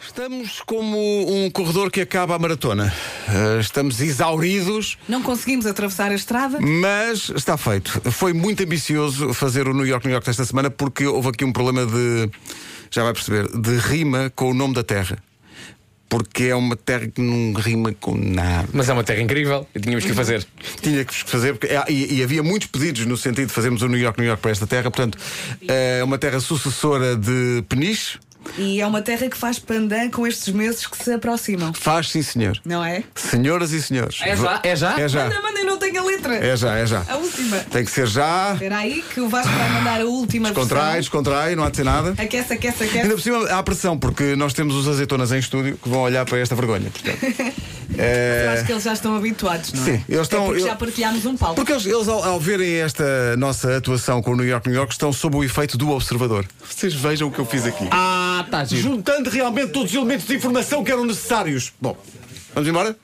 Estamos como um corredor que acaba a maratona. Eh, Estamos exauridos, Não conseguimos atravessar a estrada? mas está feito. Foi muito ambicioso fazer o New York, New York desta semana porque houve aqui um problema de. Já vai perceber, de rima com o nome da terra. Porque é uma terra que não rima com nada. Mas é uma terra incrível e tínhamos que o fazer. Tinha que fazer, porque, é, e, e havia muitos pedidos no sentido de fazermos o New York, New York para esta terra. Portanto, é uma terra sucessora de Peniche. E é uma terra que faz pandan com estes meses que se aproximam, Faz sim, senhor. não é? Senhoras e senhores. É já? É já? É já. Manda, manda, eu não tenho a letra. É já, é já. A última. Tem que ser já. Espera aí que o Vasco vai mandar a última Contrai, versão. descontrai, não há de ser nada. Aquece, aquece, Ainda aquece. por cima há pressão, porque nós temos os azeitonas em estúdio que vão olhar para esta vergonha. portanto. Eu É, acho que eles já estão habituados, não é? Sim, eles estão- É porque eu- já partilhámos um palco. Porque eles, eles, ao, ao verem esta nossa atuação com o New York, New York, estão sob o efeito do observador. Vocês vejam o que eu fiz aqui. Ah, tá giro. Juntando realmente todos os elementos de informação que eram necessários. Bom, vamos embora?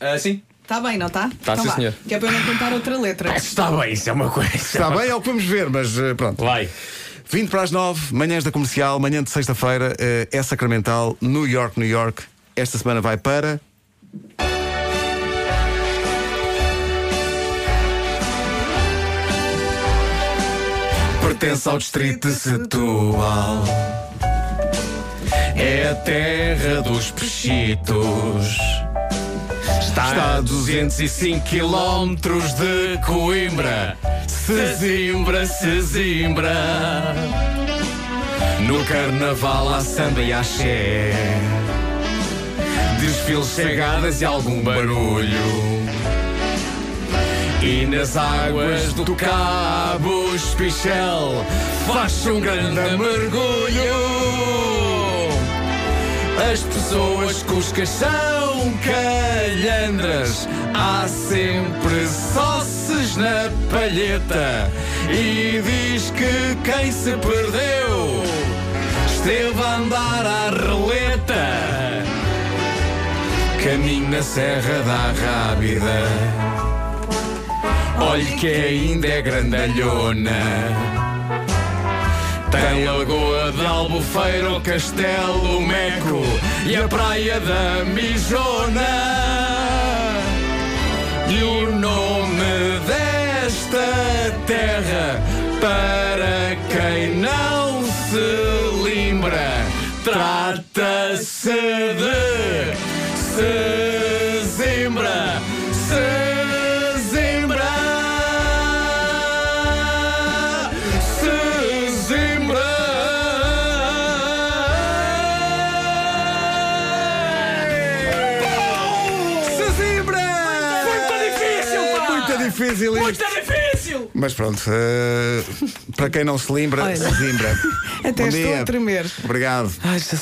Ah, sim. Está bem, não está? Tá, sim, senhor. Que é para eu não contar outra letra. Está bem, isso é uma coisa. Está bem, é o que vamos ver, mas eh, pronto. Vai. 20 para as 9, manhãs da comercial, manhã de sexta-feira, eh, é Sacramental, New York, New York. Esta semana vai para. Pertence ao distrito de Setúbal. É a terra dos peixitos. Está a 205 quilómetros de Coimbra. Sesimbra, Sesimbra. No carnaval há samba e axé. Desfiles, chegadas e algum barulho. E nas águas do Cabo Espichel faz um grande mergulho. As pessoas cuscas são calhandras. Há sempre sóces na palheta. E diz que quem se perdeu esteve a andar à releta. Caminho na Serra da Rábida. Olhe que ainda é grandalhona. Tem Lagoa de Albufeira, o Castelo Meco e a Praia da Mijona. E o nome desta terra, para quem não se lembra, trata-se de Sesimbra. Sesimbra. Sesimbra. Sesimbra. Muito difícil, pá! Muito difícil isto. é Muito difícil! Mas pronto, eh, para quem não se lembra, Olha. Sesimbra. Até Bom estou dia. a tremer. Obrigado.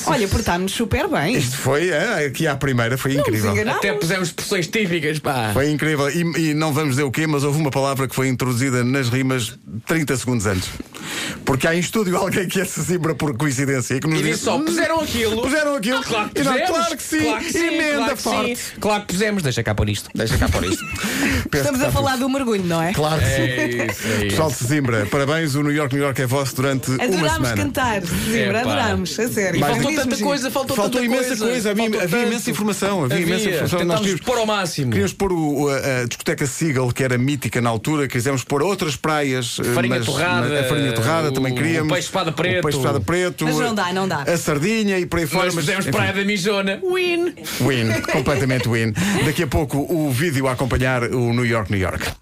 Olha, portámos super bem. Tá Isto foi, eh, aqui à primeira, foi incrível. nos enganámos. Até pusemos expressões típicas, pá. Foi incrível. E, e não vamos dizer o quê, mas houve uma palavra que foi introduzida nas rimas 30 segundos antes. Porque há em estúdio alguém que é Sesimbra por coincidência e que nos E disse, disse só, "Hum, puseram aquilo. Ah, Puseram aquilo. Claro que E nós, pusemos. claro que sim. Claro que sim, Emenda claro que forte. sim. Claro que pusemos. Deixa cá por isto. Deixa cá por isto. Penso Estamos que a está falar do mergulho, não é? tudo. Claro que sim. É isso, é isso. Pessoal de Sesimbra, parabéns. O New York, New York é vosso durante uma Adorámos semana. cantar, Zimbra, Epá. adorámos, a sério. É, E Mais faltou um. Diz-me, tanta Gil. coisa, faltou, Faltou tanta imensa coisa, havia- faltou havia tanto. imensa informação, havia imensa informação. Nós Tentámos tínhamos- pôr ao máximo. Queríamos pôr o- a, a discoteca Seagull, que era mítica na altura, quisemos pôr outras praias. eh, Farinha mas- torrada, mas a farinha torrada o- também queríamos. o peixe espada O preto. peixe espada preto, Mas não dá, não dá. A sardinha e por aí fora. Nós fizemos enfim, Praia da Mijona. Win! Win, completamente win. Daqui a pouco o vídeo a acompanhar o New York, New York.